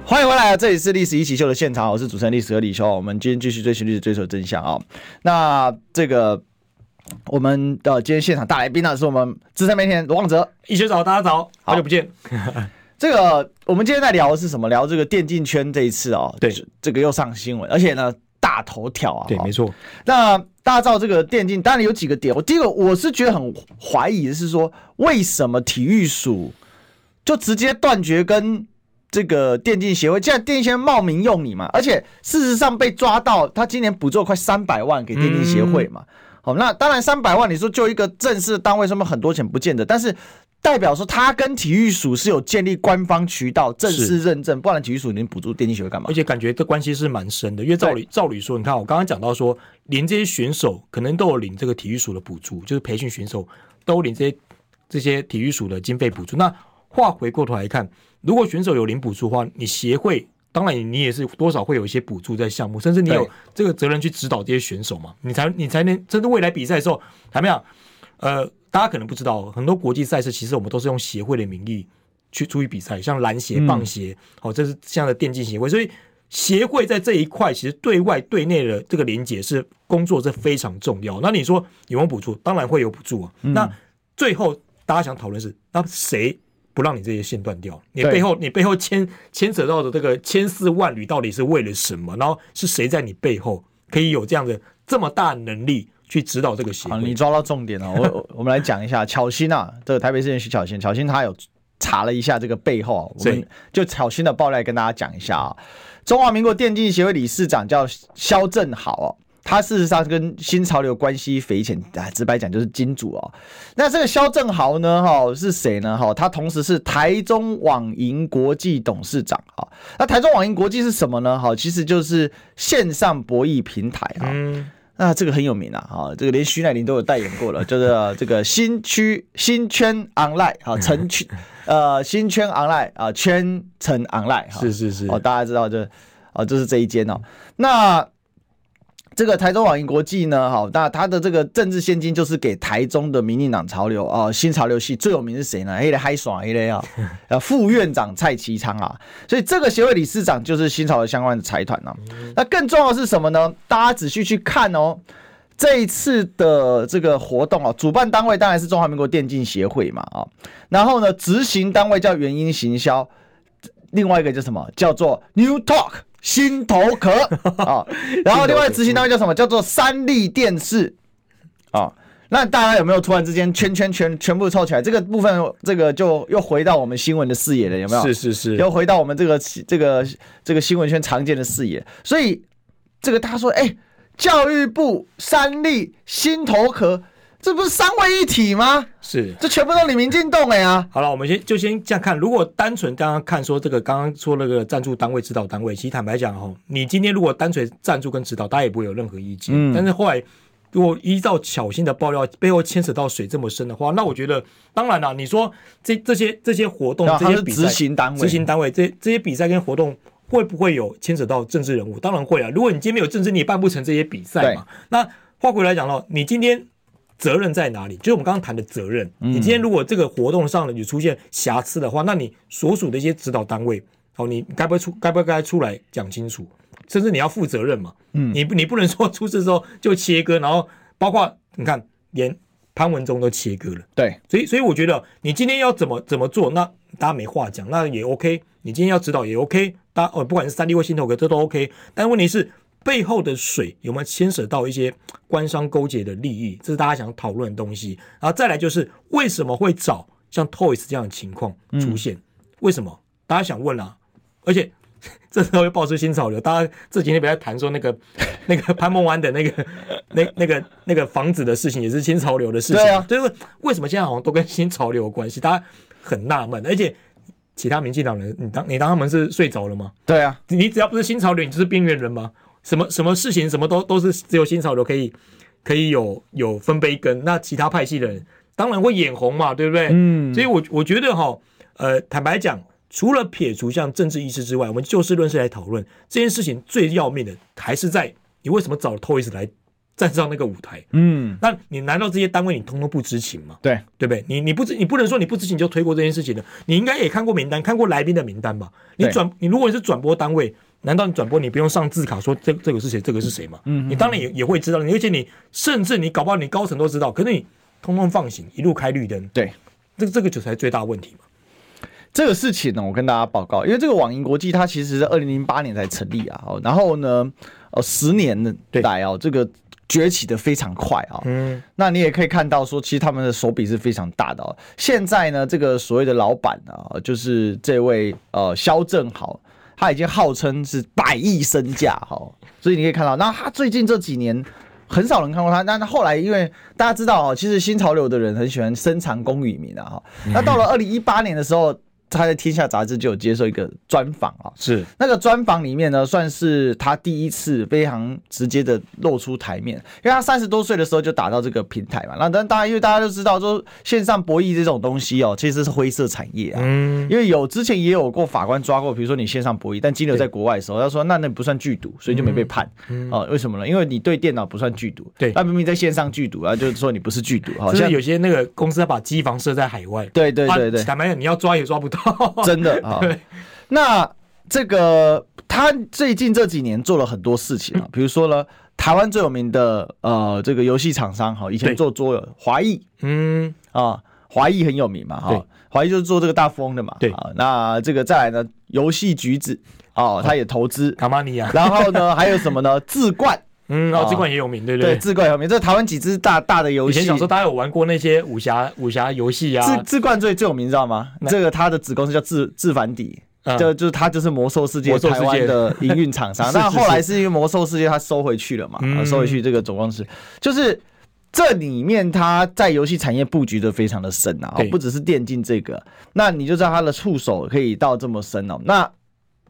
欢迎回来，啊这里是《历史一起秀》的现场，我是主持人历史和李修。我们今天继续追寻历史，追求真相啊、那这个我们的、呃今天现场大来宾呢，是我们资深媒体人罗旺哲。
一起早，大家早，好久不见。
这个我们今天在聊的是什么？聊这个电竞圈这一次哦，
对
这这个又上新闻，而且呢大头条啊，
对，
哦
没。错，
那大家知道这个电竞，当然有几个点。我第一个我是觉得很怀疑的是说，为什么体育署就直接断绝跟这个电竞协会？既然电竞协会冒名用你嘛，而且事实上被抓到，他今年补助了快三百万给电竞协会嘛。好，那当然三百万，你说就一个正式的单位，上面很多钱不见得，但是。代表说他跟体育署是有建立官方渠道正式认证，不然体育署你补助电竞协会干嘛
而？且感觉这关系是蛮深的，因为照理照理说，你看我刚刚讲到说，连这些选手可能都有领这个体育署的补助，就是培训选手都有领这些这些体育署的经费补助。那话回过头来看，如果选手有领补助的话，你协会当然你也是多少会有一些补助在项目，甚至你有
对
这个责任去指导这些选手嘛，你才你才能甚至未来比赛的时候，还没有呃，大家可能不知道，很多国际赛事其实我们都是用协会的名义去出去比赛，像篮
嗯
协、棒协，哦，这是这样的电竞协会，所以协会在这一块其实对外对内的这个连接是工作是非常重要。那你说有没有补助？当然会有补助啊。
嗯
那最后大家想讨论是，那谁不让你这些线断掉？你
对
背后你背后牵牵扯到的这个千丝万缕到底是为了什么？然后是谁在你背后可以有这样的这么大能力去指导这个协
好，
会？
你抓到重点了。我我我们来讲一下巧心啊，这个台北市人徐巧心，巧心他有查了一下这个背后啊，我们
对
就巧心的爆料来跟大家讲一下啊。中华民国电竞协会理事长叫肖正好哦，他事实上跟新潮流关系匪浅，啊，直白讲就是金主哦。那这个肖正豪呢，哈、是谁呢？哈、他同时是台中网银国际董事长啊、哦那台中网银国际是什么呢？哈、其实就是线上博弈平台啊、
嗯，
那这个很有名啊，啊，这个连徐乃麟都有代言过了， (laughs) 就是呃这个新区新圈 online 啊，城区 (laughs) 呃新圈 online 啊，圈城 online 哈，
是是是
哦，大家知道这哦，就是这一间哦。那这个台中网银国际呢，好，那它的这个政治现金就是给台中的民进党潮流啊、哦新潮流系最有名是谁呢？黑的嗨爽，黑的啊，呃，副院长蔡其昌啊，所以这个协会理事长就是新潮流相关的财团啊。那更重要的是什么呢？大家仔细去看哦。这一次的这个活动啊，主办单位当然是中华民国电竞协会嘛啊，然后呢，执行单位叫元英行销，另外一个叫什么？叫做 New Talk 新头壳啊。然后另外执行单位叫什么？叫做三立电视啊。那大家有没有突然之间圈圈圈全部凑起来？这个部分这个就又回到我们新闻的视野了，有没有？
是是是，
又回到我们这个这个这个新闻圈常见的视野。所以这个大家说，哎、教育部、三立、新头壳，这不是三位一体吗？
是。
这全部都你民进动哎呀！
好了，我们先就先这样看。如果单纯刚刚看说这个，刚刚说那个赞助单位、指导单位，其实坦白讲哈，你今天如果单纯赞助跟指导，大家也不会有任何意见。
嗯
但是后来如果依照巧心的爆料，背后牵扯到水这么深的话，那我觉得，当然啦，你说这这些这些活动
然、后
这
他
些
是
比赛、
执行单位
执行单位这这些比赛跟活动。会不会有牵扯到政治人物？当然会啊！如果你今天没有政治，你也办不成这些比赛嘛。那话回来讲了，你今天责任在哪里？就是我们刚刚谈的责任。你今天如果这个活动上有出现瑕疵的话，那你所属的一些指导单位，哦，你该不会出该不该出来讲清楚？甚至你要负责任嘛。嗯，你不你不能说出事之后就切割，然后包括你看连潘文忠都切割了。
对，
所以，所以我觉得你今天要怎么怎么做，那大家没话讲，那也 OK。你今天要指导也 OK，大家呃，不管是三 D 或心头壳，这都 OK。但问题是背后的水有没有牵扯到一些嘖官商勾结的利益，这是大家想讨论的东西。然后再来就是为什么会找像 Toys 这样的情况出现？为什么？大家想问啦、而且这时候又爆出新潮流，大家这几天不要谈说那个那个潘梦安的那个那那个那个房子的事情，也是新潮流的事情。
对啊，
就是为什么现在好像都跟新潮流有关系，大家很纳闷。而且其他民进党人，你当你当他们是睡着了吗？
对啊，
你只要不是新潮流，你就是边缘人吗？什么什么事情，什么都都是只有新潮流可以可以有有分杯羹，那其他派系的人当然会眼红嘛，对不对？嗯，所以我我觉得哈，呃，坦白讲，除了撇除像政治意识之外，我们就事论事来讨论这件事情，最要命的还是在你为什么找 Toys 来站上那个舞台？
嗯，
那你难道这些单位你通通不知情吗？
对，
对不对？你你不知你不能说你不知情就推过这件事情的，你应该也看过名单，看过来宾的名单吧？你
对
转你如果是转播单位，难道你转播你不用上字卡说这这个是谁，这个是谁吗？嗯，你当然也也会知道，而且你甚至你搞不好你高层都知道，可是你通通放行，一路开绿灯，
对。
这这个就才是最大问题嘛。
这个事情呢，我跟大家报告，因为这个网银国际它其实是二零零八年才成立啊，哦，然后呢，呃，十年的来哦，这个崛起的非常快啊、
嗯，
那你也可以看到说，其实他们的手笔是非常大的哦。现在呢，这个所谓的老板啊，就是这位呃肖正豪，他已经号称是百亿身价哈、哦，所以你可以看到，那他最近这几年。很少人看过他，那那后来因为大家知道哦，其实新潮流的人很喜欢深藏功与名啊哈。那到了二零一八年的时候，他在《天下》杂志就有接受一个专访啊，
是
那个专访里面呢，算是他第一次非常直接的露出台面，因为他三十多岁的时候就打到这个平台嘛。那但当然，因为大家都知道，说线上博弈这种东西哦，其实是灰色产业啊。
嗯，
因为有之前也有过法官抓过，比如说你线上博弈，但金流在国外的时候，他说那那不算剧毒，所以就没被判。哦，为什么呢？因为你对电脑不算剧毒，
嗯对
那明明在线上剧毒啊，就是说你不是剧毒，好
就是
像
有些那个公司他把机房设在海外，
对对对对
啊，坦白讲你要抓也抓不到，
真的啊
(laughs) 对。
那这个他最近这几年做了很多事情啊，比如说呢，台湾最有名的呃这个游戏厂商哈，以前
对
做桌游华谊
嗯，
啊，华谊很有名嘛
对
哈，华谊就是做这个大富翁的嘛，
对
啊。那这个再来呢，游戏橘子哦，他也投资，
卡玛尼 (laughs) 亚，
然后呢还有什么呢？智冠
嗯，哦，
啊
这款也有名，对不
对，智冠有名，这是台湾几只大大的游
以
戏
前。小时候大家有玩过那些武侠武侠游戏啊，
智智冠最最有名，你知道吗？
那
这个他的子公司叫智智凡迪，
嗯
就就是他就是魔兽世界
魔兽世
台湾
界
的营运厂
(laughs)
商，
是是
但后来是因为魔兽世界他收回去了嘛，
嗯
啊收回去这个总公司，就是这里面他在游戏产业布局的非常的深啊，哦
对
不只是电竞这个，那你就知道他的触手可以到这么深哦。那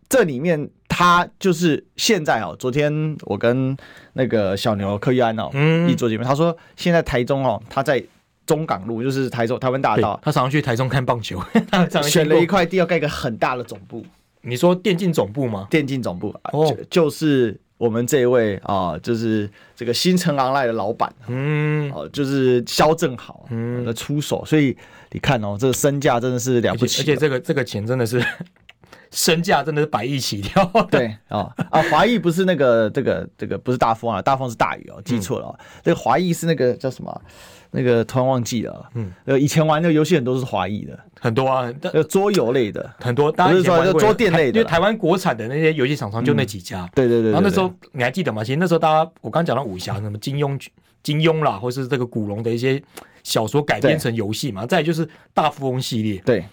这里面他就是现在哦，昨天我跟那个小牛柯玉安哦，
嗯
一起做节目，他说现在台中哦，他在中港路，就是台中台湾大
对
道，
他常常去台中看
(laughs)
棒球，他常常经
选了
过
一块地要盖一个很大的总部。
你说电竞总部吗？
电竞总部，啊
哦
就就是我们这一位啊、就是这个新城昂莱的老板
嗯，
哦、就是肖正好
嗯
的出手，所以你看哦，这个身价真的是了
而
不起
且而且这个这个钱真的是 (laughs) 身价真的是百亿起跳 (laughs) 的，
对哦啊，华裔不是那个这个这个不是大风啊，大风是大雨哦，记错了、哦。这个华裔是那个叫什么啊？那个突然忘记了。嗯，呃，以前玩的游戏很多是华裔的，
很多啊，但
呃，桌游类的。
很多，大家
不
以
是
前
说
玩
就
过
桌垫类的
因为
啦嗯
台湾国产的那些游戏厂商就那几家。
对对对对嗯
哦然后那时
对
候你还记得吗？其实那时候大家，我刚刚讲到武侠，什么金庸、金庸啦，或是这个古龙的一些小说改编
对
成游戏
嗯
嘛。再来就是大富翁系列， (laughs)
对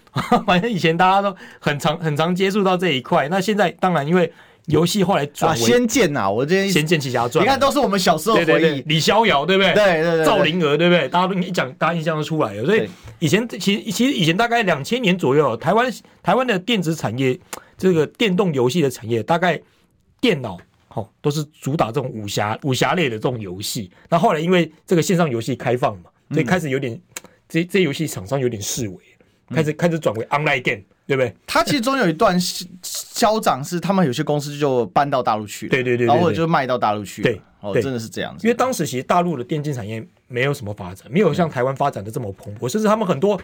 反正以前大家都很常很常接触到这一块。那现在当然因为游戏后来转
啊，
为《
仙剑呐，我这
仙剑奇侠传》，
你看都是我们小时候
对
的
对
(laughs) 回
对
忆，。
李逍遥对不对？
对对对对
赵灵儿对不对？大家都一讲，大家印象都出来了。所以
对
以前其实其实以前大概两千年左右，台湾台湾的电子产业，这个电动游戏的产业，大概电脑。哦，都是主打这种武侠武侠类的这种游戏。那后来因为这个线上游戏开放嘛，所
嗯
以开始有点、这这游戏厂商有点示威，开始、
嗯
开始转为 online game，对不对？
他其实中有一段是消长是他们有些公司就搬到大陆去了，
对对对对
然后或
对
者就卖到大陆去了，
对
哦，
对
真的是这样子，
因为当时其实大陆的电竞产业没有什么发展，没有像台湾发展的这么蓬
嗯
勃，甚至他们很多，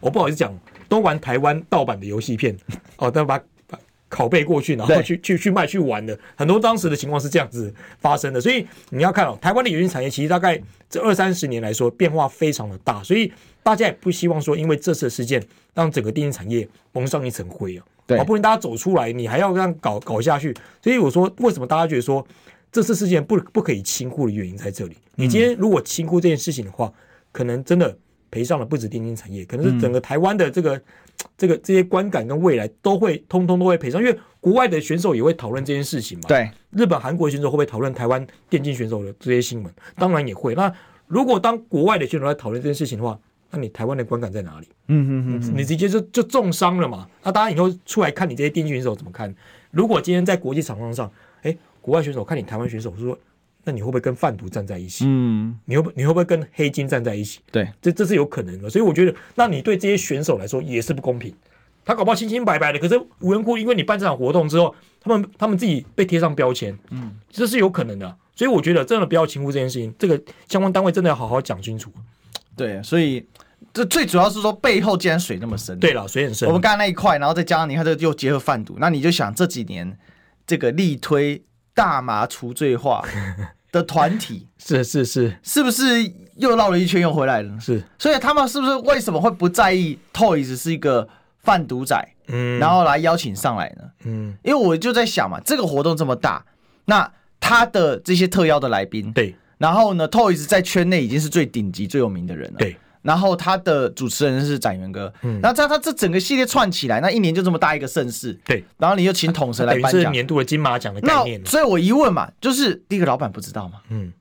我不好意思讲，都玩台湾盗版的游戏片，哦，但把把拷贝过去，然后
对
去去去卖去玩的，很多当时的情况是这样子发生的。所以你要看哦，台湾的游戏产业其实大概这二三十年来说变化非常的大，所以大家也不希望说因为这次的事件让整个电竞产业蒙上一层灰啊。
对
好不容易大家走出来，你还要这样搞搞下去，所以我说为什么大家觉得说这次事件不不可以轻忽的原因在这里。你今天如果轻忽这件事情的话，可能真的赔上了不止电竞产业，可能是整个台湾的这个、这个这些观感跟未来都会通通都会赔上，因为国外的选手也会讨论这件事情嘛。
对
日本、韩国选手会不会讨论台湾电竞选手的这些新闻？当然也会。那如果当国外的选手来讨论这件事情的话，那你台湾的观感在哪里？嗯哼哼，你直接就就重伤了嘛。那大家以后出来看你这些电竞选手怎么看？如果今天在国际场上上，哎，国外选手看你台湾选手说，那你会不会跟贩毒站在一起？
嗯，
你会不你会不会跟黑金站在一起？
对，
这这是有可能的。所以我觉得，那你对这些选手来说也是不公平。他搞不好清清白白的，可是无缘故因为你办这场活动之后，他们他们自己被贴上标签，嗯，这是有可能的。所以我觉得真的不要轻忽这件事情，这个相关单位真的要好好讲清楚。
对，所以这最主要是说背后竟然水那么深，
对了，水很深，
我们刚才那一块，然后再加上你看这个又结合贩毒，那你就想这几年这个力推大麻除罪
(laughs)
化的团体，
是是是
是不是又绕了一圈又回来了呢？
是，
所以他们是不是为什么会不在意 Toys 是一个贩毒仔，
嗯
然后来邀请上来呢？
嗯，
因为我就在想嘛，这个活动这么大，那他的这些特邀的来宾，
对
然后呢，Toys 在圈内已经是最顶级、最有名的人了。
对，嗯
然后他的主持人是展元哥，那这样他这整个系列串起来，那一年就这么大一个盛事，
对，
然后你又请统神
(laughs) 等
来
于
颁
是
奖，
年度的金马奖的概
那
念了。
所以我一问嘛，就是第一个老板不知道嘛，
嗯，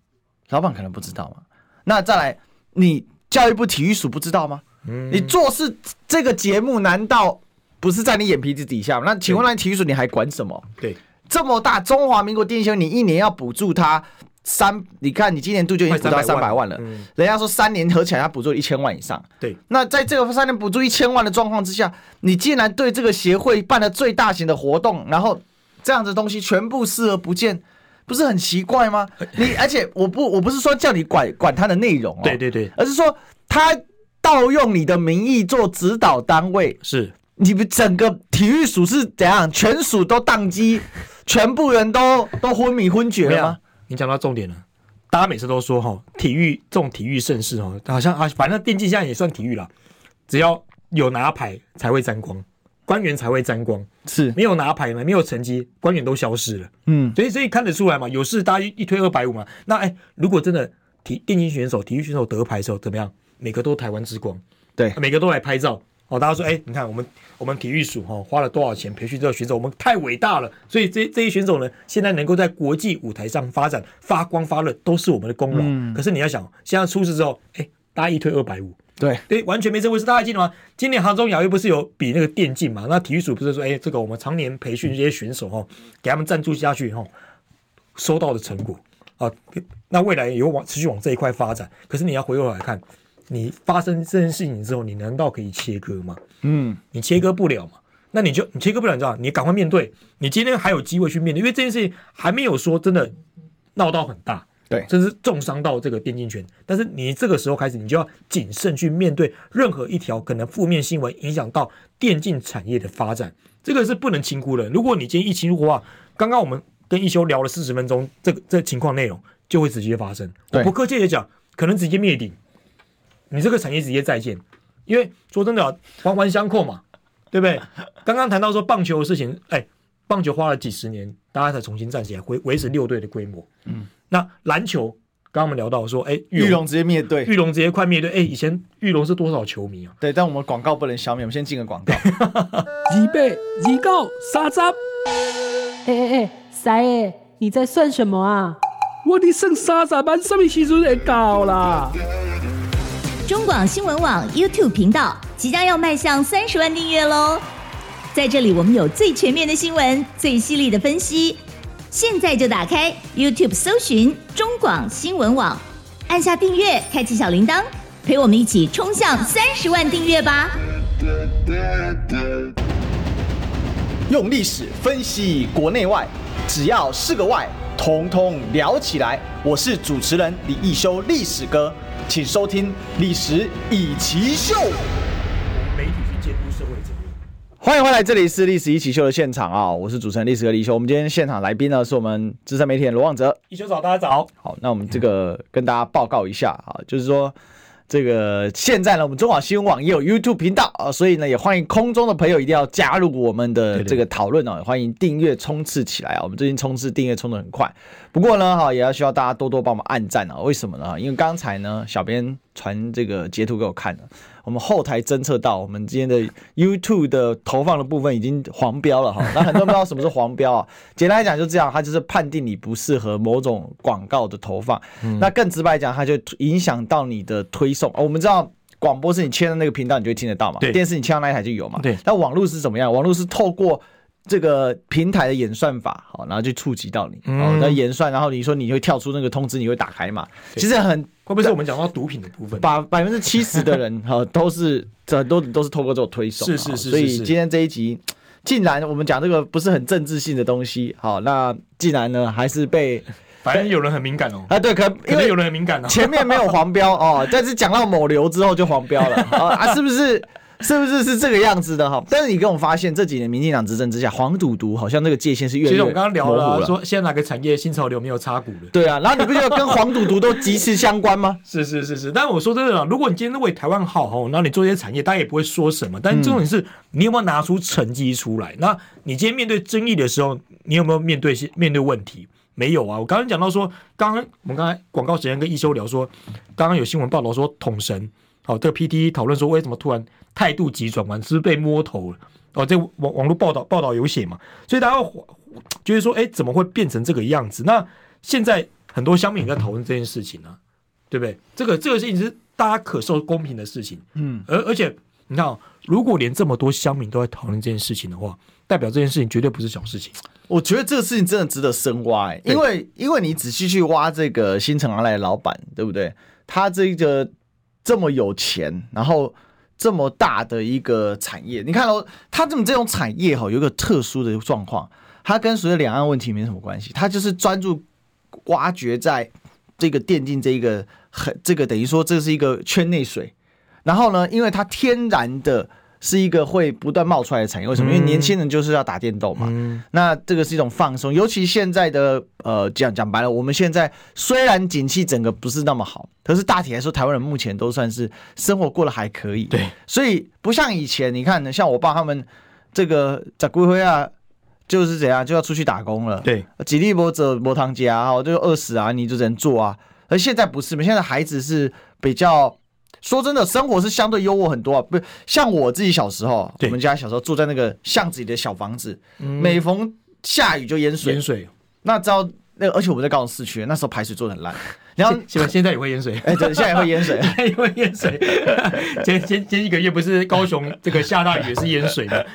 老板可能不知道嘛，那再来你教育部体育署不知道吗？
嗯
你做事这个节目难道不是在你眼皮子底下吗？那请问那体育署你还管什么？
对，
这么大中华民国电竞你一年要补助他三，你看你今年度就已经补到
快
三
300
百万了，
嗯
人家说三年合起来他补助一千万以上。
对，
那在这个三年补助一千万的状况之下，你竟然对这个协会办了最大型的活动，然后这样的东西全部视而不见，不是很奇怪
(laughs)
吗？你而且我不我不是说叫你管管它的内容哦，
对对对，
而是说他盗用你的名义做指导单位，
是
你们整个体育署是怎样？全署都宕机，全部人都都昏迷昏厥
没
了
有
吗？，
你讲到重点了。大家每次都说哈，体育这种体育盛事哦，好像啊，反正电竞现在也算体育啦，只要有拿牌才会沾光，官员才会沾光，
是，
没有拿牌呢，没有成绩，官员都消失了。
嗯，
所以所以看得出来嘛，有事大家一一推二百五嘛。那哎，如果真的体电竞选手、体育选手得牌的时候怎么样？每个都台湾之光，
对
每个都来拍照。哦，大家说，哎，你看我们我们体育署哈、哦、花了多少钱培训这个选手，我们太伟大了。所以这这一选手呢，现在能够在国际舞台上发展、发光发热，都是我们的功劳。
嗯
可是你要想，现在出事之后，哎，大家一推二百五，
对，
对，完全没这回事。大家还记得吗？今年杭州亚运不是有比那个电竞嘛？那体育署不是说，哎、这个我们常年培训这些选手哦，给他们赞助下去哦，收到的成果啊，那未来也会往持续往这一块发展。可是你要回过来看，你发生这件事情之后，你难道可以切割吗？
嗯，
你切割不了嘛？那你就你切割不了，你知道，你赶快面对，你今天还有机会去面对，因为这件事情还没有说真的闹到很大，
对
甚至重伤到这个电竞圈。但是你这个时候开始，你就要谨慎去面对任何一条可能负面新闻影响到电竞产业的发展，这个是不能轻忽的。如果你今天一轻忽的话，刚刚我们跟一休聊了四十分钟，这个这个情况内容就会直接发生。
对
我不客气的讲，可能直接灭顶，你这个产业直接再见。因为说真的啊、环环相扣嘛，对不对？刚刚谈到说棒球的事情，哎，棒球花了几十年，大家才重新站起来，维维持六队的规模。嗯，那篮球，刚刚我们聊到说，哎，
玉龙直接灭队。
玉龙直接快灭队，哎，以前玉龙是多少球迷啊？
对，但我们广告不能消灭，我们先进个广告。
二百、二九、三十，
哎哎哎，塞哎，你在算什么啊？
我的剩三十万，什么时阵会到啦？
中广新闻网 YouTube 频道即将要迈向三十万订阅喽！在这里，我们有最全面的新闻，最犀利的分析。现在就打开 YouTube 搜寻中广新闻网，按下订阅，开启小铃铛，陪我们一起冲向三十万订阅吧！
用历史分析国内外，只要是个“外”，统统聊起来。我是主持人李一修，历史哥，请收听《历史以奇秀》。
媒体去监督社会责任。
欢迎回来，这里是历史一起秀的现场啊、我是主持人历史哥李修。我们今天现场来宾呢是我们资深媒体人罗望哲。
一休早，大家早。
好，那我们这个跟大家报告一下啊，就是说这个现在呢，我们中广新闻网也有 YouTube 频道啊，所以呢，也欢迎空中的朋友一定要加入我们的这个讨论哦，也欢迎订阅冲刺起来啊！我们最近冲刺订阅冲的很快，不过呢，哈，也要需要大家多多帮忙按赞啊！为什么呢？因为刚才呢，小编传这个截图给我看了。我们后台侦测到，我们今天的 YouTube 的投放的部分已经黄标了哈。那很多人不知道什么是黄标啊。 (laughs) 简单来讲就这样，它就是判定你不适合某种广告的投放。
嗯
那更直白讲，它就影响到你的推送。哦、我们知道。广播是你切到那个频道，你就会听得到嘛。
对
电视你切到那一台就有嘛。
对
那网络是怎么样？网络是透过这个平台的演算法，好，然后就触及到你，
嗯
好，那哦演算，然后你说你会跳出那个通知，你会打开嘛？其实很
会不会是我们讲到毒品的部分？
百百分之七十的
(laughs)
人哈都是这很多人都是透过这种推送啊，
是是是
所以
是是
今天这一集，竟然我们讲这个不是很政治性的东西，好，那竟然呢还是被
反正有人很敏感哦，
啊对，可能
可
因
能
为
有人很敏感哦。
前面没有黄标哦，但是讲到某流之后就黄标了啊啊，是不是？是不是是这个样子的哈？但是你跟我发现这几年民进党执政之下，黄赌毒好像这个界限是越来
其
越模
实
糊
我们刚刚聊了啊，说现在哪个产业新潮流没有插股的？
对啊，然后你不觉得跟黄赌毒都极其相关吗？
是是是是，但我说真的啊，如果你今天为台湾好哦，那你做一些产业，大家也不会说什么。但重点是你有没有拿出成绩出来？那你今天面对争议的时候，你有没有面对些面对问题？没有啊！我刚刚讲到说，刚刚我们刚才广告时间跟一休聊说，刚刚有新闻报道说统神，哦，这个 PT 讨论说为什么突然态度急转弯，是不是被摸头了？哦，这网网络报道报道有写嘛，所以大家会觉得说，哎，怎么会变成这个样子？那现在很多乡民也在讨论这件事情啊，对不对？这个这个事情是大家可受公平的事情，嗯，而而且你看、哦，如果连这么多乡民都在讨论这件事情的话，代表这件事情绝对不是小事情。
我觉得这个事情真的值得深挖、欸，
对
因为因为你仔细去挖这个新城阿赖的老板，对不对？他这个这么有钱，然后这么大的一个产业，你看哦，他这种这种产业哈、有一个特殊的状况，它跟所谓两岸问题没什么关系，它就是专注挖掘在这个电竞这一个很这个等于说这是一个圈内水，然后呢，因为它天然的是一个会不断冒出来的产业，为什么？因为年轻人就是要打电动嘛。那这个是一种放松，尤其现在的呃，讲讲白了，我们现在虽然景气整个不是那么好，可是大体来说，台湾人目前都算是生活过得还可以。
对，
所以不像以前，你看呢，像我爸他们这个在归辉啊。就是怎样就要出去打工了，
对，
几粒波折波汤家啊，就饿死啊，你就只能做啊。而现在不是，现在孩子是比较说真的，生活是相对优渥很多啊。不像我自己小时候，我
对
们家小时候住在那个巷子里的小房子，每逢下雨就淹水
淹。水，
那知道那个，而且我们在高雄市区，那时候排水做的很烂。然
(laughs)
后，
现在现在也会淹水。 (laughs)
哎，对，现在也会淹水。 (laughs)
也会淹水，前前前几个月不是高雄这个下大雨也是淹水的。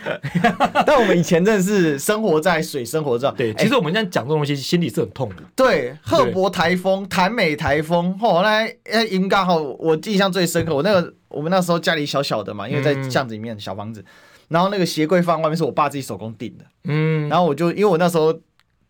但我们以前真的是生活在水深火热。
对，
哎
其实我们现在讲这种东西，心里是很痛的。
对，赫伯台风、潭美台风，后来呃，云刚好，我印象最深刻。我那个我们那时候家里小小的嘛，因为在巷子里面小房子，然后那个鞋柜放外面是我爸自己手工订的，
嗯，
然后我就因为我那时候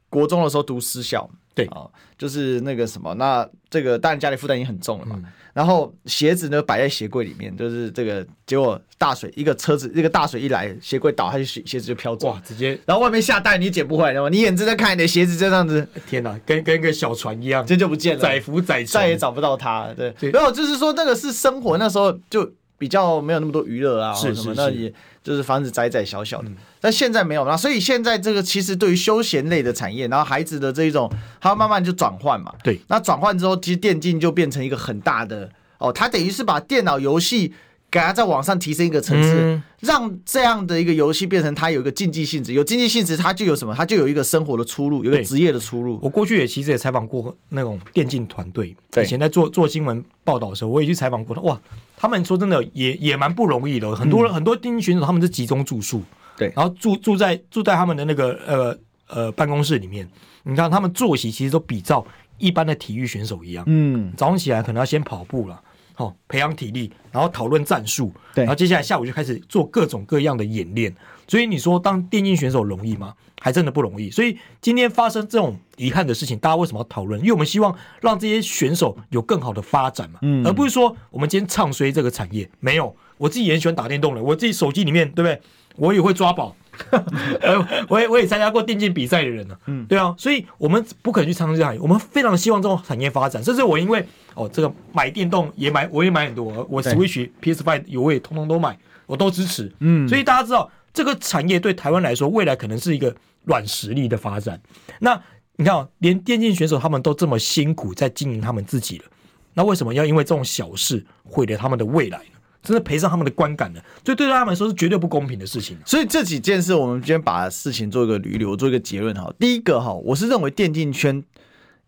国中的时候读私校，
对
啊、就是那个什么，那这个当然家里负担已经很重了嘛。然后鞋子呢摆在鞋柜里面，就是这个结果大水一个车子一个大水一来，鞋柜倒，他就鞋鞋子就飘走
哇，。直接
然后外面下大雨，你捡不回来的嘛？你眼睁睁看你的鞋子就这样子，
天哪，跟跟个小船一样，
这就不见了，
载浮载沉，
再也找不到他了。对，
对
没有，就是说那个是生活，那时候就比较没有那么多娱乐啊，
是
或者什么
是
那
是嗯
也就是房子窄窄小小的。但现在没有啦，所以现在这个其实对于休闲类的产业，然后孩子的这一种，他慢慢就转换嘛。
对
那转换之后，其实电竞就变成一个很大的哦，它等于是把电脑游戏。给它再往上提升一个层次，
嗯
让这样的一个游戏变成它有一个竞技性质，有竞技性质，它就有什么？它就有一个生活的出路，有一个
对
职业的出路。
我过去也其实也采访过那种电竞团队，
对
以前在做做新闻报道的时候，我也去采访过他。哇，他们说真的也也蛮不容易的，很多人、很多电竞选手他们是集中住宿，
对
然后住住在住在他们的那个呃呃办公室里面，你看他们作息其实都比照一般的体育选手一样，
嗯，
早上起来可能要先跑步了，哦，培养体力，然后讨论战术，
对
然后接下来下午就开始做各种各样的演练。所以你说当电竞选手容易吗？还真的不容易。所以今天发生这种遗憾的事情，大家为什么要讨论？因为我们希望让这些选手有更好的发展嘛，
嗯
而不是说我们今天唱衰这个产业。没有，我自己也很喜欢打电动的，我自己手机里面对不对？我也会抓宝， (laughs) 呃我也我也参加过电竞比赛的人呢、嗯，对啊，所以我们不可能去尝试这行业，我们非常希望这种产业发展。甚至我因为哦，这个买电动也买，我也买很多，我 Switch、PS Five 有我也通通都买，我都支持。嗯，所以大家知道这个产业对台湾来说，未来可能是一个软实力的发展。那你看、哦，连电竞选手他们都这么辛苦在经营他们自己了，那为什么要因为这种小事毁了他们的未来呢？真的赔上他们的观感呢？这对他们来说是绝对不公平的事情、啊。
所以这几件事，我们今天把事情做一个捋一捋，我做一个结论哈。第一个哈，我是认为电竞圈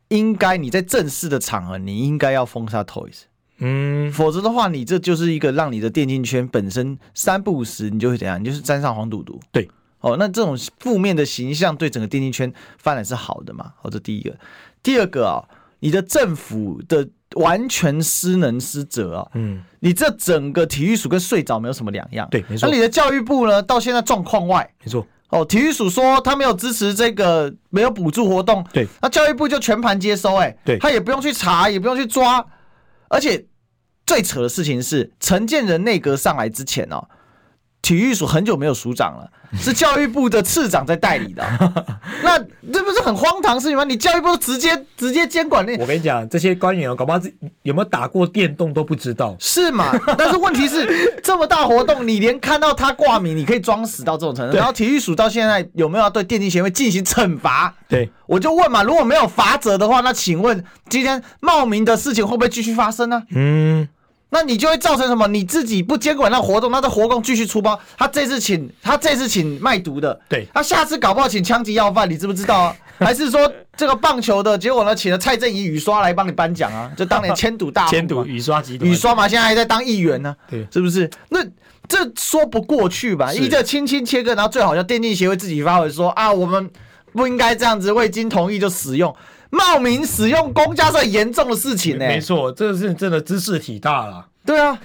应该你在正式的场合，你应该要封杀 Toys，
嗯，
否则的话，你这就是一个让你的电竞圈本身三不五时，你就会怎样，你就是沾上黄赌毒。
对，
哦，那这种负面的形象对整个电竞圈发展是好的嘛？哦，这第一个。第二个啊、你的政府的完全失能失责啊、
嗯，
你这整个体育署跟睡着没有什么两样。
对没错
那你的教育部呢，到现在状况外。
没错，
哦，体育署说他没有支持这个，没有补助活动。
对，
那教育部就全盘接收、哎，
对
他也不用去查，也不用去抓。而且最扯的事情是，陈建仁内阁上来之前哦，体育署很久没有署长了，是教育部的次长在代理的哦、
(laughs)
那这不是很荒唐的事情吗？你教育部直接直接监管那
我跟你讲，这些官员哦，搞不好自己有没有打过电动都不知道。
是嘛？但是问题是，这么大活动，你连看到他挂名，你可以装死到这种程度。然后体育署到现在有没有要对电竞协会进行惩罚？
对，
我就问嘛，如果没有罚则的话，那请问今天冒名的事情会不会继续发生呢？
嗯，
那你就会造成什么？你自己不监管那活动，那这活动继续出包。他这次请他这次请卖毒的，
对
他下次搞不好请枪击要犯，你知不知道
(laughs)
啊？还是说这个棒球的结果呢，请了蔡正仪雨刷来帮你颁奖啊？就当年千赌大户嘛
千赌雨刷集团，
雨刷嘛，现在还在当议员呢、
对
是不是？那这说不过去吧？
是
依着轻轻切割，然后最好像电竞协会自己发文说啊，我们不应该这样子，未经同意就使用，冒名使用公家是很严重的事情呢、
没错，这个是真的知识体大了。
对啊，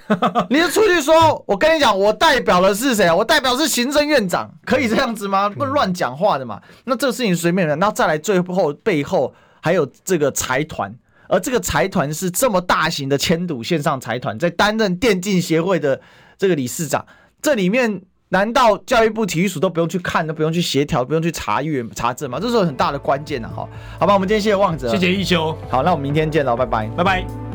你就出去说，我跟你讲，我代表的是谁啊？我代表是行政院长，可以这样子吗？不能乱讲话的嘛。那这个事情随便人，那再来最后背后还有这个财团，而这个财团是这么大型的千赌线上财团，在担任电竞协会的这个理事长，这里面难道教育部体育署都不用去看，都不用去协调，不用去查阅查证吗？这是有很大的关键啊！哈，好吧，我们今天谢谢望哲，
谢谢一休，
好，那我们明天见喽，拜拜。
拜拜。